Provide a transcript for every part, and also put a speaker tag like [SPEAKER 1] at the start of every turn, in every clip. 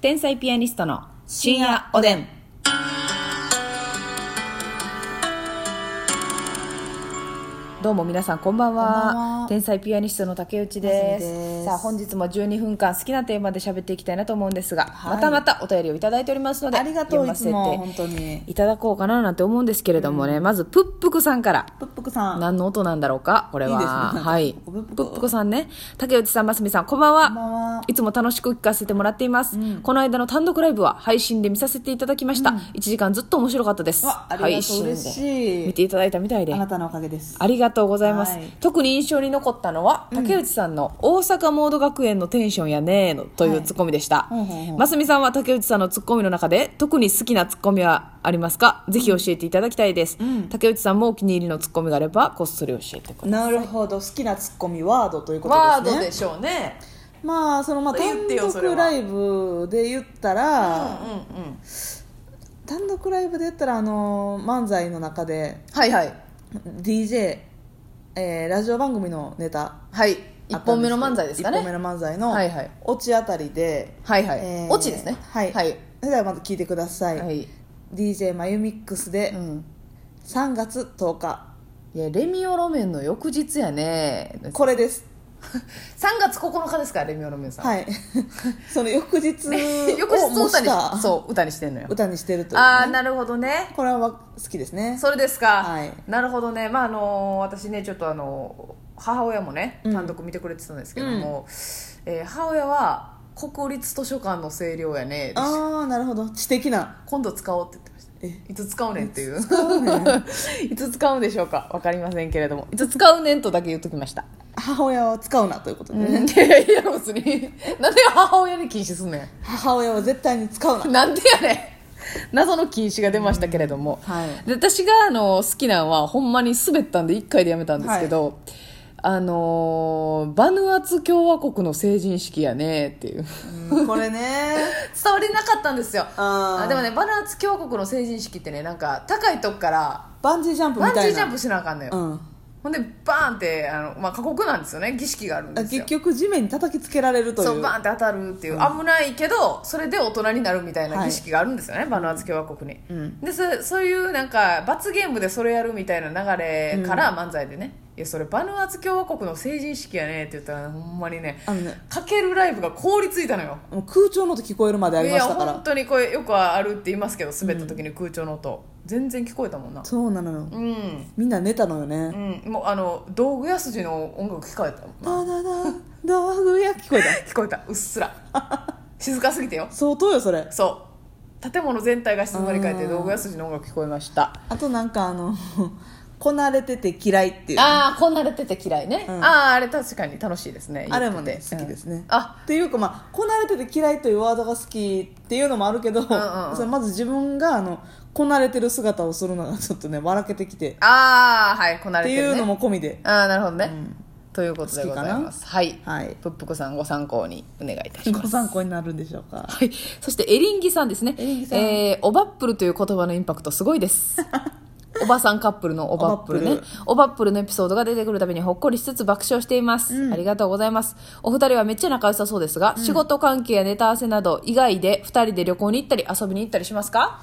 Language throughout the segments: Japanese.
[SPEAKER 1] 天才ピアニストの深夜おでん。どうも皆さんこんばんは
[SPEAKER 2] こんばんは
[SPEAKER 1] 天才ピアニストの竹内です
[SPEAKER 2] ますみです
[SPEAKER 1] さあ本日も12分間好きなテーマで喋っていきたいなと思うんですが、
[SPEAKER 2] はい
[SPEAKER 1] またまたお便りをいただいておりますので
[SPEAKER 2] ありがと
[SPEAKER 1] 読
[SPEAKER 2] う
[SPEAKER 1] ま
[SPEAKER 2] い
[SPEAKER 1] せ
[SPEAKER 2] つ
[SPEAKER 1] て
[SPEAKER 2] も本当に
[SPEAKER 1] いただこうかななんて思うんですけれどもね、まずプップクさんから
[SPEAKER 2] ぷっぷくさん
[SPEAKER 1] 何の音なんだろうかこれは。
[SPEAKER 2] いいですねなんか
[SPEAKER 1] はい。
[SPEAKER 2] ぷっぷく
[SPEAKER 1] ぷっぷこさんね。竹内さん、ますみさん、こんばんは。
[SPEAKER 2] こんばんはい
[SPEAKER 1] つも楽しく聞かせてもらっています。この間の単独ライブは配信で見させていただきました。1時間ずっと面白かったです。
[SPEAKER 2] うわありがとう
[SPEAKER 1] 配信で
[SPEAKER 2] 嬉しい
[SPEAKER 1] 見ていただいたみたいで
[SPEAKER 2] あ。なたのおかげです
[SPEAKER 1] ありがとうございます、
[SPEAKER 2] はい
[SPEAKER 1] 特に印象に残ったのは、竹内さんの大阪モード学園のテンションやねーのというツッコミでした。
[SPEAKER 2] はいはいはいはい
[SPEAKER 1] ますみさんは竹内さんのツッコミの中で特に好きなツッコミはありますかぜひ教えていただきたいです、竹内さんもお気に入りのツッコミがあればこっそり教えてください。
[SPEAKER 2] なるほど好きなツッコミワードということ
[SPEAKER 1] ワー
[SPEAKER 2] です
[SPEAKER 1] ド
[SPEAKER 2] ね
[SPEAKER 1] でしょうね。
[SPEAKER 2] まあそのまあ
[SPEAKER 1] 言っ
[SPEAKER 2] 単
[SPEAKER 1] てよそれは
[SPEAKER 2] 独ライブで言った
[SPEAKER 1] うん
[SPEAKER 2] ら
[SPEAKER 1] うんうん。
[SPEAKER 2] 単独ライブで言ったらあの漫才の中で
[SPEAKER 1] はいはい。
[SPEAKER 2] DJ えーラジオ番組のネタ
[SPEAKER 1] はい。
[SPEAKER 2] あ
[SPEAKER 1] 一
[SPEAKER 2] ったん
[SPEAKER 1] 本目
[SPEAKER 2] ですけど
[SPEAKER 1] の漫才ですかね。
[SPEAKER 2] 一本目の漫才の
[SPEAKER 1] はいはい
[SPEAKER 2] オチあたりで
[SPEAKER 1] はいはい。
[SPEAKER 2] えー
[SPEAKER 1] オチですね。
[SPEAKER 2] はい
[SPEAKER 1] はい。
[SPEAKER 2] それではまず聞いてくださ
[SPEAKER 1] はいい。
[SPEAKER 2] DJ マユミックスで
[SPEAKER 1] うん。
[SPEAKER 2] 3月10日
[SPEAKER 1] いや、レミオロメンの翌日やね。
[SPEAKER 2] これです
[SPEAKER 1] 3月9日ですからレミオロメンさん、
[SPEAKER 2] はい その翌日
[SPEAKER 1] 翌日
[SPEAKER 2] を
[SPEAKER 1] を
[SPEAKER 2] 模
[SPEAKER 1] 歌
[SPEAKER 2] し
[SPEAKER 1] に
[SPEAKER 2] た
[SPEAKER 1] しそう歌にしてんのよ
[SPEAKER 2] 歌にしてるというね
[SPEAKER 1] ああなるほどね
[SPEAKER 2] これは好きですね
[SPEAKER 1] それですか、
[SPEAKER 2] はい
[SPEAKER 1] なるほどねまああのー私ねちょっとあのー母親もね
[SPEAKER 2] うん
[SPEAKER 1] 単独見てくれてたんですけども、えー母親は国立図書館の清涼やね
[SPEAKER 2] ああなるほど知的な
[SPEAKER 1] 今度使おうって言ってました
[SPEAKER 2] え
[SPEAKER 1] いつ使うねんっていう いつ使うんでしょうかわかりませんけれどもいつ使うねんとだけ言っときました、
[SPEAKER 2] 母親は使うなということで ね、
[SPEAKER 1] いやいや別になんで母親に禁止すんねん
[SPEAKER 2] 母親は絶対に使うな
[SPEAKER 1] なんでやねん謎の禁止が出ましたけれども、
[SPEAKER 2] うんはい
[SPEAKER 1] で私があの好きなのはほんまに滑ったんで1回でやめたんですけど、あのーバヌアツ共和国の成人式やねっていう
[SPEAKER 2] うんこれ ね
[SPEAKER 1] 伝わりなかったんですよ
[SPEAKER 2] あー
[SPEAKER 1] でもねバヌアツ共和国の成人式ってねなんか高いとこから
[SPEAKER 2] バンジージャンプみ
[SPEAKER 1] バンジ
[SPEAKER 2] たいな
[SPEAKER 1] ージャンプしなあかんのよ、
[SPEAKER 2] うん
[SPEAKER 1] ほんでバーンってあの、まあ、過酷なんですよね儀式があるん
[SPEAKER 2] あ
[SPEAKER 1] ですよ
[SPEAKER 2] 結局地面に叩きつけられるという
[SPEAKER 1] そうバーンって当たるっていう、危ないけどそれで大人になるみたいな儀式があるんですよね、バヌアツ共和国に、
[SPEAKER 2] うん
[SPEAKER 1] でそそういうなんか罰ゲームでそれやるみたいな流れから漫才でね、いやそれバヌアツ共和国の成人式やねって言ったらほんまにね
[SPEAKER 2] あのね
[SPEAKER 1] かけるライブが凍りついたのよ
[SPEAKER 2] もう空調の音聞こえるまであ
[SPEAKER 1] い
[SPEAKER 2] りま
[SPEAKER 1] や
[SPEAKER 2] したか
[SPEAKER 1] 本
[SPEAKER 2] ら
[SPEAKER 1] 当にこれよくあるって言いますけど滑った時に空調の音、全然聞こえたもんな
[SPEAKER 2] そうなのよ
[SPEAKER 1] うん
[SPEAKER 2] みんな寝たのよ
[SPEAKER 1] う
[SPEAKER 2] ね
[SPEAKER 1] ん、もうあの道具やすじの音楽聞こえたもんな
[SPEAKER 2] ダダダダグや聞こえた
[SPEAKER 1] 聞こえたうっすら 静かすぎてよ
[SPEAKER 2] 相当よそれ
[SPEAKER 1] そう建物全体が静まり返って
[SPEAKER 2] あー
[SPEAKER 1] 道具屋筋の音が聞こえました
[SPEAKER 2] あとなんかあの こなれてて嫌いっていう
[SPEAKER 1] ああこなれてて嫌いね、
[SPEAKER 2] うん
[SPEAKER 1] あああれ確かに楽しいですね
[SPEAKER 2] あれも
[SPEAKER 1] 言
[SPEAKER 2] ね好
[SPEAKER 1] ってて
[SPEAKER 2] きですね、
[SPEAKER 1] うんあ
[SPEAKER 2] っていうかまあこなれてて嫌いというワードが好きっていうのもあるけど、
[SPEAKER 1] んうん
[SPEAKER 2] そのまず自分があのこなれてる姿をするのがちょっとね笑けてきてっ
[SPEAKER 1] ああはいこなれ
[SPEAKER 2] て
[SPEAKER 1] て
[SPEAKER 2] い
[SPEAKER 1] る、ね、
[SPEAKER 2] うのも込みで、
[SPEAKER 1] ああなるほどね、
[SPEAKER 2] ん
[SPEAKER 1] ということでございますはい、
[SPEAKER 2] はい
[SPEAKER 1] ぷっぷこさんご参考にお願いいたします
[SPEAKER 2] ご参考になるんでしょうか
[SPEAKER 1] はい、そしてエリンギさんですね
[SPEAKER 2] エリンギさん
[SPEAKER 1] えーオバップルという言葉のインパクトすごいです おばさんカップルのオバップルね
[SPEAKER 2] オバップ
[SPEAKER 1] オバップルのエピソードが出てくるたびにほっこりしつつ爆笑しています、ありがとうございますお二人はめっちゃ仲良さそうですが、仕事関係やネタ合わせなど以外で二人で旅行に行ったり遊びに行ったりしますか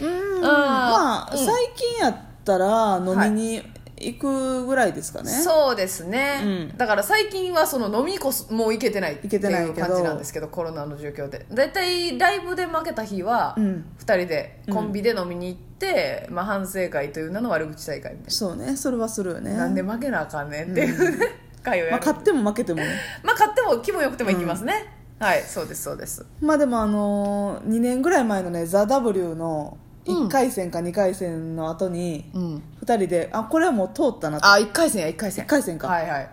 [SPEAKER 2] うん
[SPEAKER 1] ん
[SPEAKER 2] まあ、
[SPEAKER 1] うん
[SPEAKER 2] 最近やったら飲みに行くぐらいですかね、
[SPEAKER 1] そうですね、
[SPEAKER 2] うん
[SPEAKER 1] だから最近はその飲みこそもう行けてないって
[SPEAKER 2] 行けてないいうけど
[SPEAKER 1] 感じなんですけどコロナの状況で大体ライブで負けた日は
[SPEAKER 2] うん
[SPEAKER 1] 2人でコンビで飲みに行って、まあ、反省会という名の悪口大会みたい
[SPEAKER 2] そうねそれはするよね
[SPEAKER 1] な、なんで負けなあかんねんっていうね、会をや
[SPEAKER 2] まあ、
[SPEAKER 1] る、ま
[SPEAKER 2] 勝っても負けてもね
[SPEAKER 1] あ、買っても気分よくても行きますね、はいそうですそうです
[SPEAKER 2] まあでもあのー、2年ぐらい前のね「ザ・ w の
[SPEAKER 1] うん
[SPEAKER 2] 1回戦か2回戦の後に
[SPEAKER 1] うん
[SPEAKER 2] 2人であこれはもう通ったなと
[SPEAKER 1] あ一1回戦や1回戦
[SPEAKER 2] 一回戦か
[SPEAKER 1] はいはい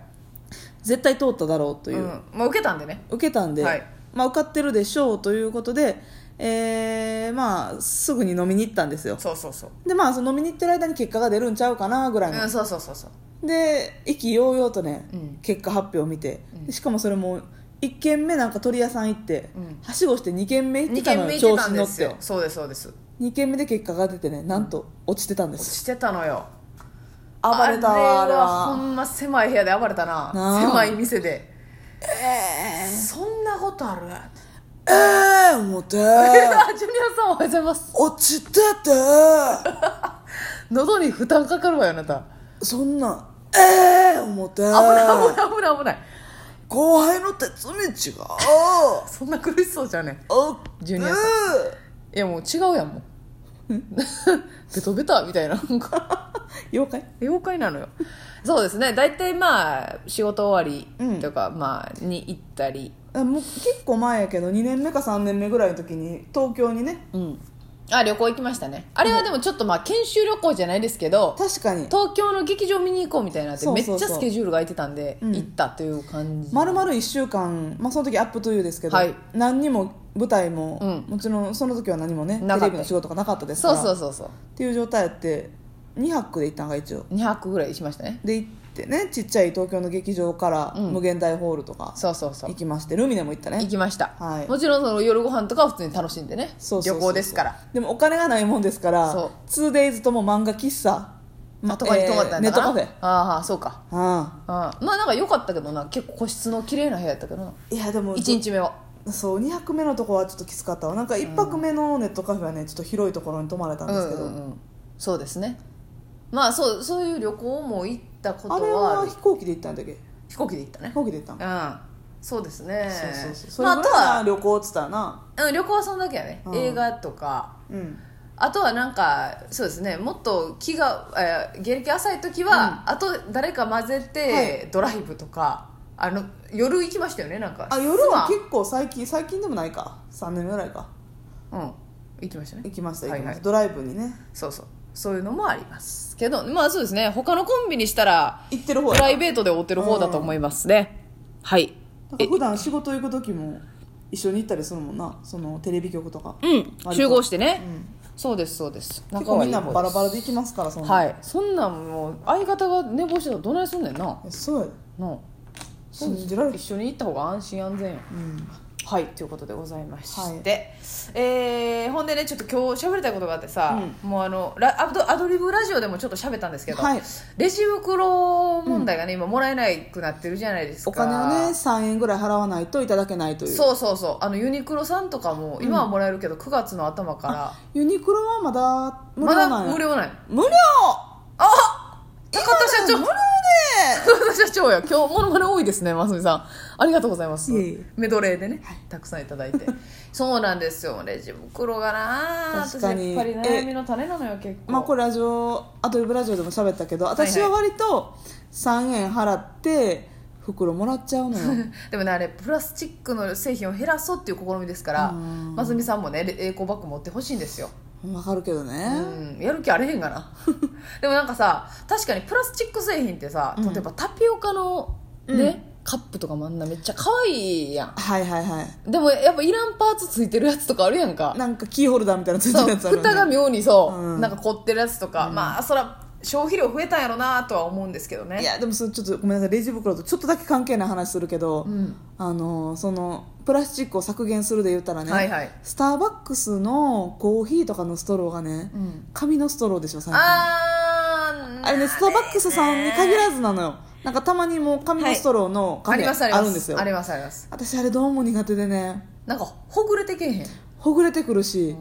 [SPEAKER 2] 絶対通っただろうとい
[SPEAKER 1] う
[SPEAKER 2] う、
[SPEAKER 1] ん、もう受けたんでね
[SPEAKER 2] 受けたんで、
[SPEAKER 1] はい
[SPEAKER 2] まあ、受かってるでしょうということで、えーまあ、すぐに飲みに行ったんですよ
[SPEAKER 1] そうそうそう、
[SPEAKER 2] でまあその飲みに行ってる間に結果が出るんちゃうかなぐらいの
[SPEAKER 1] う、ん、そうそうそうそう
[SPEAKER 2] で意気揚々とね、
[SPEAKER 1] うん
[SPEAKER 2] 結果発表を見て、しかもそれも1軒目なんか鳥屋さん行って、
[SPEAKER 1] うん
[SPEAKER 2] はしごして2軒目行って
[SPEAKER 1] 2
[SPEAKER 2] た
[SPEAKER 1] 軒
[SPEAKER 2] の
[SPEAKER 1] 目
[SPEAKER 2] よ
[SPEAKER 1] 行っ
[SPEAKER 2] 調
[SPEAKER 1] てた
[SPEAKER 2] 子
[SPEAKER 1] ん
[SPEAKER 2] に乗
[SPEAKER 1] で
[SPEAKER 2] っ
[SPEAKER 1] す
[SPEAKER 2] て
[SPEAKER 1] よそうですそうです
[SPEAKER 2] 2軒目で結果が出てねなんと落ちてたんで
[SPEAKER 1] 落
[SPEAKER 2] す、
[SPEAKER 1] ちてたのよ
[SPEAKER 2] 暴れたわあれ
[SPEAKER 1] ほ
[SPEAKER 2] は
[SPEAKER 1] んま狭い部屋で暴れたな
[SPEAKER 2] なあ
[SPEAKER 1] 狭い店で
[SPEAKER 2] え
[SPEAKER 1] そんなことある
[SPEAKER 2] えええもて
[SPEAKER 1] あ ジュニアさんおはようございます
[SPEAKER 2] 落ちてて
[SPEAKER 1] 喉に負担かかるわよあなた
[SPEAKER 2] そんなんええ思
[SPEAKER 1] 危
[SPEAKER 2] て
[SPEAKER 1] ない危ない危ない危ない
[SPEAKER 2] 後輩の鉄道 が
[SPEAKER 1] そんな苦しそうじゃね
[SPEAKER 2] お
[SPEAKER 1] ジュニアさいやもう違うやんもう ベトベタみ たいななんか
[SPEAKER 2] 妖怪
[SPEAKER 1] 妖怪なのよそうですね大体まあ仕事終わりとか、まあに行ったり
[SPEAKER 2] あもう結構前やけど2年目か3年目ぐらいの時に東京にね
[SPEAKER 1] うんあ旅行行きましたねあれはでもちょっとまあ研修旅行じゃないですけど
[SPEAKER 2] 確かに
[SPEAKER 1] 東京の劇場見に行こうみたいになって
[SPEAKER 2] そう
[SPEAKER 1] め
[SPEAKER 2] そう
[SPEAKER 1] っ
[SPEAKER 2] そう
[SPEAKER 1] ちゃスケジュールが空いてたんで
[SPEAKER 2] うん
[SPEAKER 1] 行ったという感じ
[SPEAKER 2] 丸々1週間、まあ、その時アップトゥーユーですけど、
[SPEAKER 1] はい
[SPEAKER 2] 何にも舞台も、
[SPEAKER 1] うん
[SPEAKER 2] もちろんその時は何もね
[SPEAKER 1] なかった
[SPEAKER 2] テレビの仕事がなかったですか
[SPEAKER 1] そう
[SPEAKER 2] ら
[SPEAKER 1] そうそうそう
[SPEAKER 2] っていう状態やって2泊で行ったんが一応
[SPEAKER 1] 2泊ぐらいしましたね
[SPEAKER 2] で行ってねちっちゃい東京の劇場から
[SPEAKER 1] うん
[SPEAKER 2] 無限大ホールとか
[SPEAKER 1] そうそうそう
[SPEAKER 2] 行きまして、ルミネも行った
[SPEAKER 1] 行
[SPEAKER 2] ね
[SPEAKER 1] きました、
[SPEAKER 2] はい
[SPEAKER 1] もちろんその夜ご飯とかは普通に楽しんでね
[SPEAKER 2] そうそうそうそう
[SPEAKER 1] 旅行ですから
[SPEAKER 2] でもお金がないもんですから
[SPEAKER 1] そ
[SPEAKER 2] 2days とも漫画喫茶
[SPEAKER 1] まあ、とかに泊まったんだ
[SPEAKER 2] えーネット
[SPEAKER 1] な、
[SPEAKER 2] カフェ
[SPEAKER 1] ああそうか
[SPEAKER 2] あ
[SPEAKER 1] ああまあなんか良かったけどな結構個室の綺麗な部屋やったけどな
[SPEAKER 2] あいやでも
[SPEAKER 1] 1日目は
[SPEAKER 2] そう2泊目のとこはちょっときつかったわなんか1泊目のネットカフェはねちょっと広いところに泊まれたん
[SPEAKER 1] う
[SPEAKER 2] です
[SPEAKER 1] ん
[SPEAKER 2] けど、
[SPEAKER 1] うんうんそうですねまあそうそういう旅行も行ったこと
[SPEAKER 2] あれ
[SPEAKER 1] はあ
[SPEAKER 2] は
[SPEAKER 1] る
[SPEAKER 2] 飛行機で行ったんだっけ
[SPEAKER 1] 飛行機で行ったね
[SPEAKER 2] 飛行機で行ったん
[SPEAKER 1] うんそうですね
[SPEAKER 2] そうそうそうそれ
[SPEAKER 1] まあ、
[SPEAKER 2] ぐ
[SPEAKER 1] あ
[SPEAKER 2] ら
[SPEAKER 1] と
[SPEAKER 2] いな
[SPEAKER 1] は、
[SPEAKER 2] 旅行っつったらな
[SPEAKER 1] うん、旅行はそんだけやね、
[SPEAKER 2] うん
[SPEAKER 1] 映画とか
[SPEAKER 2] うん
[SPEAKER 1] あとはなんかそうですねもっと気が、えー芸歴浅い時は、あと誰か混ぜて、
[SPEAKER 2] は
[SPEAKER 1] ドライブとかあの夜行きましたよねなんか
[SPEAKER 2] あ夜は
[SPEAKER 1] 妻
[SPEAKER 2] 結構最近最近でもないか3年ぐらいか
[SPEAKER 1] うん行きましたね
[SPEAKER 2] 行きました行
[SPEAKER 1] はいは
[SPEAKER 2] きま
[SPEAKER 1] い
[SPEAKER 2] したドライブにね
[SPEAKER 1] そうそうそういうのもありますけどまあそうですね他のコンビにしたら
[SPEAKER 2] 行ってる方
[SPEAKER 1] プ
[SPEAKER 2] や
[SPEAKER 1] ライ
[SPEAKER 2] な
[SPEAKER 1] ベートで追ってる方だと思いますね、はい
[SPEAKER 2] なんか普段仕事行く時も一緒に行ったりするもんなそのテレビ局とか
[SPEAKER 1] うん
[SPEAKER 2] と
[SPEAKER 1] 集合してね、
[SPEAKER 2] うん
[SPEAKER 1] そうですそうです
[SPEAKER 2] 結構みんな
[SPEAKER 1] 仲は
[SPEAKER 2] バ
[SPEAKER 1] い
[SPEAKER 2] ラ
[SPEAKER 1] い
[SPEAKER 2] バラで行きますからそん
[SPEAKER 1] 方
[SPEAKER 2] な
[SPEAKER 1] はいそんなんもう相方が寝坊してたらどないすんねんな
[SPEAKER 2] えそうや
[SPEAKER 1] なあ
[SPEAKER 2] 信じられる
[SPEAKER 1] 一緒に行った方が安心安全よ
[SPEAKER 2] うん
[SPEAKER 1] はいということでございまして、えーほんでねちょっと今日喋りたいことがあってさ、もうあのラアドアドリブラジオでもちょっと喋ったんですけど、
[SPEAKER 2] はい
[SPEAKER 1] レジ袋問題がね、今もらえなくなってるじゃないですか
[SPEAKER 2] お金をね3円ぐらい払わないといただけないという
[SPEAKER 1] そうそうそうあのユニクロさんとかも今はもらえるけど、9月の頭から
[SPEAKER 2] ユニクロはまだ無
[SPEAKER 1] ま
[SPEAKER 2] 料
[SPEAKER 1] だ
[SPEAKER 2] なんや
[SPEAKER 1] 無料ない
[SPEAKER 2] 無料
[SPEAKER 1] 高田社長
[SPEAKER 2] 無料で
[SPEAKER 1] 高田社長や今日モノマネ多いですねますみさんありがとうございます
[SPEAKER 2] いえいえ
[SPEAKER 1] メドレーでね、たくさんいただいてそうなんですよレジ袋がな
[SPEAKER 2] 確か
[SPEAKER 1] 私
[SPEAKER 2] に
[SPEAKER 1] やっぱり悩みの種なのよ結構
[SPEAKER 2] まあこれラジオアドリブラジオでも喋ったけど私は割と3円払って袋もらっちゃうの よ
[SPEAKER 1] でもねあれプラスチックの製品を減らそうっていう試みですから
[SPEAKER 2] うん
[SPEAKER 1] ますみさんもね栄光バッグ持ってほしいんですよ
[SPEAKER 2] わかるけどね
[SPEAKER 1] うんやる気あれへんがな でもなんかさ確かにプラスチック製品ってさ例えばタピオカのね、カップとかもあんなめっちゃ可愛いやん
[SPEAKER 2] はいはいはい
[SPEAKER 1] でもやっぱいらんパーツついてるやつとかあるやんか
[SPEAKER 2] なんかキーホルダーみたいなのついて
[SPEAKER 1] そう
[SPEAKER 2] るやつあるよね
[SPEAKER 1] 蓋が妙にそう、
[SPEAKER 2] うん
[SPEAKER 1] なんか凝ってるやつとか、まあそら消費量増えたんやろなとは思うんですけどね
[SPEAKER 2] いやでもそれちょっとごめんなさいレジ袋とちょっとだけ関係ない話するけど、
[SPEAKER 1] うん
[SPEAKER 2] あのそのプラスチックを削減するで言ったらね、
[SPEAKER 1] はいはい
[SPEAKER 2] スターバックスのコーヒーとかのストローがね、
[SPEAKER 1] うん
[SPEAKER 2] 紙のストローでしょ最近
[SPEAKER 1] あー
[SPEAKER 2] あれねスターバックスさんに限らずなのよなんかたまにもう紙のストローのカ
[SPEAKER 1] あ
[SPEAKER 2] フ
[SPEAKER 1] り
[SPEAKER 2] ェ
[SPEAKER 1] ますあり
[SPEAKER 2] あ
[SPEAKER 1] ます
[SPEAKER 2] るんですよ、
[SPEAKER 1] ありますあります
[SPEAKER 2] 私あれどうも苦手でね
[SPEAKER 1] なんかほぐれてけえへん、
[SPEAKER 2] ほぐれてくるし、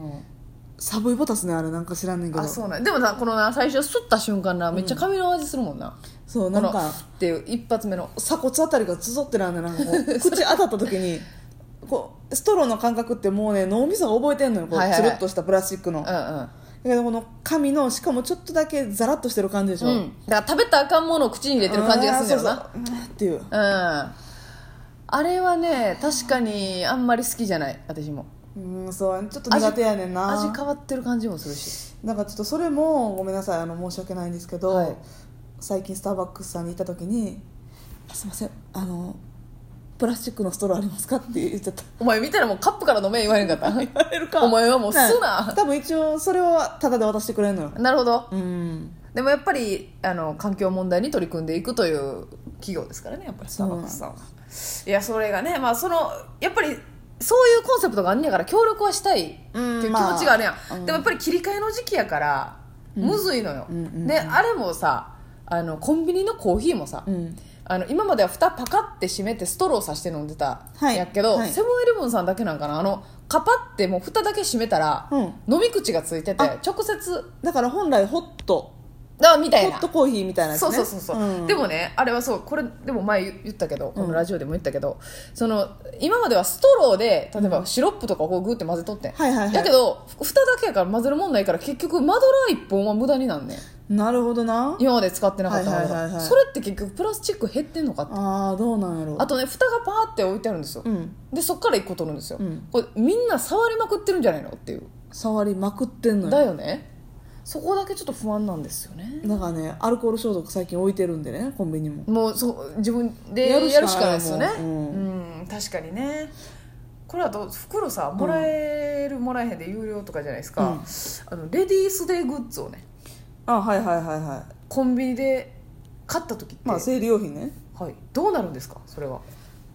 [SPEAKER 2] 寒いボタスねあれなんか知らんねんけど
[SPEAKER 1] あそうなんでもなこのな最初すった瞬間なめっちゃ髪の味するもんな、
[SPEAKER 2] そう
[SPEAKER 1] こ
[SPEAKER 2] なん
[SPEAKER 1] の
[SPEAKER 2] か
[SPEAKER 1] っていう一発目の
[SPEAKER 2] 鎖骨あたりがつぞってるん でなんかこう口当たった時にこうストローの感覚ってもうね脳みそが覚えてんのよこう、
[SPEAKER 1] はいはいはい
[SPEAKER 2] つるっとしたプラスチックの、
[SPEAKER 1] うんう
[SPEAKER 2] だ
[SPEAKER 1] ん
[SPEAKER 2] けどこの紙のしかもちょっとだけザラッとしてる感じでしょ、
[SPEAKER 1] うん、だから食べたらあかんものを口に入れてる感じがするんだよな
[SPEAKER 2] あーそうそううんっていう
[SPEAKER 1] うんあれはね確かにあんまり好きじゃない私も
[SPEAKER 2] うんそうちょっと苦手やねんな
[SPEAKER 1] 味変わってる感じもするし
[SPEAKER 2] なんかちょっとそれもごめんなさいあの申し訳ないんですけど、
[SPEAKER 1] はい
[SPEAKER 2] 最近スターバックスさんに行った時に「すいませんあのプラスチックのストローありますか?」って言っちゃった
[SPEAKER 1] お前見たらもうカップから飲め言われんかった
[SPEAKER 2] 言われるか
[SPEAKER 1] お前はもうす
[SPEAKER 2] ね
[SPEAKER 1] な
[SPEAKER 2] 多分一応それはタダで渡してくれるのよ
[SPEAKER 1] なるほど
[SPEAKER 2] うん
[SPEAKER 1] でもやっぱりあの環境問題に取り組んでいくという企業ですからねやっぱりスターバックスさんはいやそれがねまあそのやっぱりそういうコンセプトがあんねやから協力はしたいっていう気持ちがあるやん、
[SPEAKER 2] まあうん
[SPEAKER 1] でもやっぱり切り替えの時期やからむずいのよ、
[SPEAKER 2] うんうんうん
[SPEAKER 1] であれもさあのコンビニのコーヒーもさ、
[SPEAKER 2] うん
[SPEAKER 1] あの今までは蓋パカって閉めてストローさして飲んでた
[SPEAKER 2] はい
[SPEAKER 1] やっけど、
[SPEAKER 2] はい
[SPEAKER 1] セブンイレブンさんだけなんかなあのカパってもう蓋だけ閉めたら、
[SPEAKER 2] うん
[SPEAKER 1] 飲み口がついてて
[SPEAKER 2] あ
[SPEAKER 1] 直接
[SPEAKER 2] だから本来ホット
[SPEAKER 1] だみたい
[SPEAKER 2] ホッ
[SPEAKER 1] な
[SPEAKER 2] トコーヒーみたいなやつ、ね、
[SPEAKER 1] そうそうそうそう、
[SPEAKER 2] ん
[SPEAKER 1] でもねあれはそうこれでも前言言ったけどこのラジオでも言ったけど、その今まではストローで例えばシロップとかをこうグーって混ぜとってん、
[SPEAKER 2] はいはいはい
[SPEAKER 1] だけどふ蓋だけやから混ぜるもんないから結局マドラー1本は無駄になんねん
[SPEAKER 2] なるほどな
[SPEAKER 1] 今まで使ってなかったものが、
[SPEAKER 2] はいはいはいはい
[SPEAKER 1] それって結局プラスチック減ってんのかって
[SPEAKER 2] ああどうなんやろう
[SPEAKER 1] あとね蓋がパーって置いてあるんですよ、
[SPEAKER 2] うん
[SPEAKER 1] でそっから1個取るんですよ、
[SPEAKER 2] うん
[SPEAKER 1] これみんな触りまくってるんじゃないのっていう、
[SPEAKER 2] 触りまくってんのよ
[SPEAKER 1] だよねそこだけちょっと不安なんですよね
[SPEAKER 2] だからねアルコール消毒最近置いてるんでねコンビニも
[SPEAKER 1] もうそう自分でや
[SPEAKER 2] や
[SPEAKER 1] る
[SPEAKER 2] る
[SPEAKER 1] し
[SPEAKER 2] し
[SPEAKER 1] か
[SPEAKER 2] か
[SPEAKER 1] ないですよね、
[SPEAKER 2] ないうもんうん
[SPEAKER 1] 確かにねこれあと袋さもらえる、もらえへんで有料とかじゃないですか、
[SPEAKER 2] うん
[SPEAKER 1] あのレディースデーグッズをね
[SPEAKER 2] あはいはいはいはい
[SPEAKER 1] コンビニで買った時って、
[SPEAKER 2] まあ生理用品ね
[SPEAKER 1] はい、どうなるんですかそれは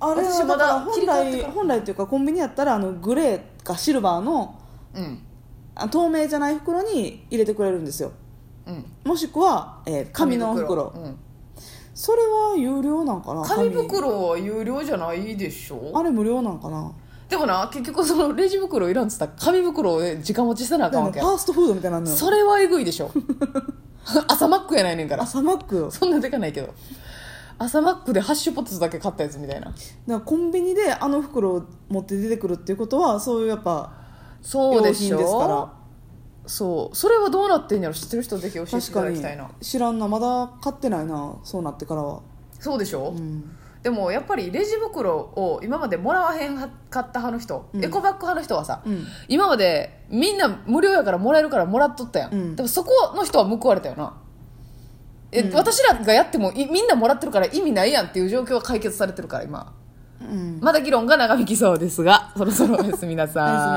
[SPEAKER 2] あれ
[SPEAKER 1] 私
[SPEAKER 2] は
[SPEAKER 1] ま
[SPEAKER 2] ま
[SPEAKER 1] だ
[SPEAKER 2] だ本
[SPEAKER 1] 切り替わって
[SPEAKER 2] 来
[SPEAKER 1] から
[SPEAKER 2] 本来っていうかコンビニやったらあのグレーかシルバーの
[SPEAKER 1] うん
[SPEAKER 2] あ透明じゃない袋に入れてくれるんですよ
[SPEAKER 1] うん
[SPEAKER 2] もしくは、えー紙の袋
[SPEAKER 1] うん
[SPEAKER 2] それは有料なんかな
[SPEAKER 1] 紙袋は有料じゃないでしょ
[SPEAKER 2] あれ無料なんかな
[SPEAKER 1] でもな結局そのレジ袋いらんっつったら紙袋を時間持ちしてなあ
[SPEAKER 2] だ
[SPEAKER 1] か
[SPEAKER 2] か
[SPEAKER 1] んわ
[SPEAKER 2] らフ
[SPEAKER 1] け
[SPEAKER 2] ァ
[SPEAKER 1] や
[SPEAKER 2] ーストフードみたいなのよ
[SPEAKER 1] それはえぐいでしょ 朝マックやないねんから
[SPEAKER 2] 朝マックよだか
[SPEAKER 1] そんなでかないけど朝マックでハッシュポテトだけ買ったやつみたいな
[SPEAKER 2] らコンビニであの袋を持って出てくるっていうことはそういうやっぱ
[SPEAKER 1] そう
[SPEAKER 2] 用品
[SPEAKER 1] で
[SPEAKER 2] です
[SPEAKER 1] し
[SPEAKER 2] か
[SPEAKER 1] ょ
[SPEAKER 2] ら
[SPEAKER 1] そうそれはどうなってんやろ知ってる人ぜひ教えてい
[SPEAKER 2] 確
[SPEAKER 1] た
[SPEAKER 2] か
[SPEAKER 1] だき
[SPEAKER 2] に
[SPEAKER 1] たいな
[SPEAKER 2] 知らんなまだ買ってないなそうなってからは
[SPEAKER 1] そうでしょ、
[SPEAKER 2] うん
[SPEAKER 1] でもやっぱりレジ袋を今までもらわへんは買った派の人、
[SPEAKER 2] うん
[SPEAKER 1] エコバッグ派の人はさ、
[SPEAKER 2] うん
[SPEAKER 1] 今までみんな無料やからもらえるからもらっとったやん、
[SPEAKER 2] うん
[SPEAKER 1] でもそこの人は報われたよなえ、
[SPEAKER 2] うん
[SPEAKER 1] 私らがやってもいみんなもらってるから意味ないやんっていう状況は解決されてるから今
[SPEAKER 2] うん
[SPEAKER 1] まだ議論が長引きそうですがそろそろおやすみなさい
[SPEAKER 2] おやすみ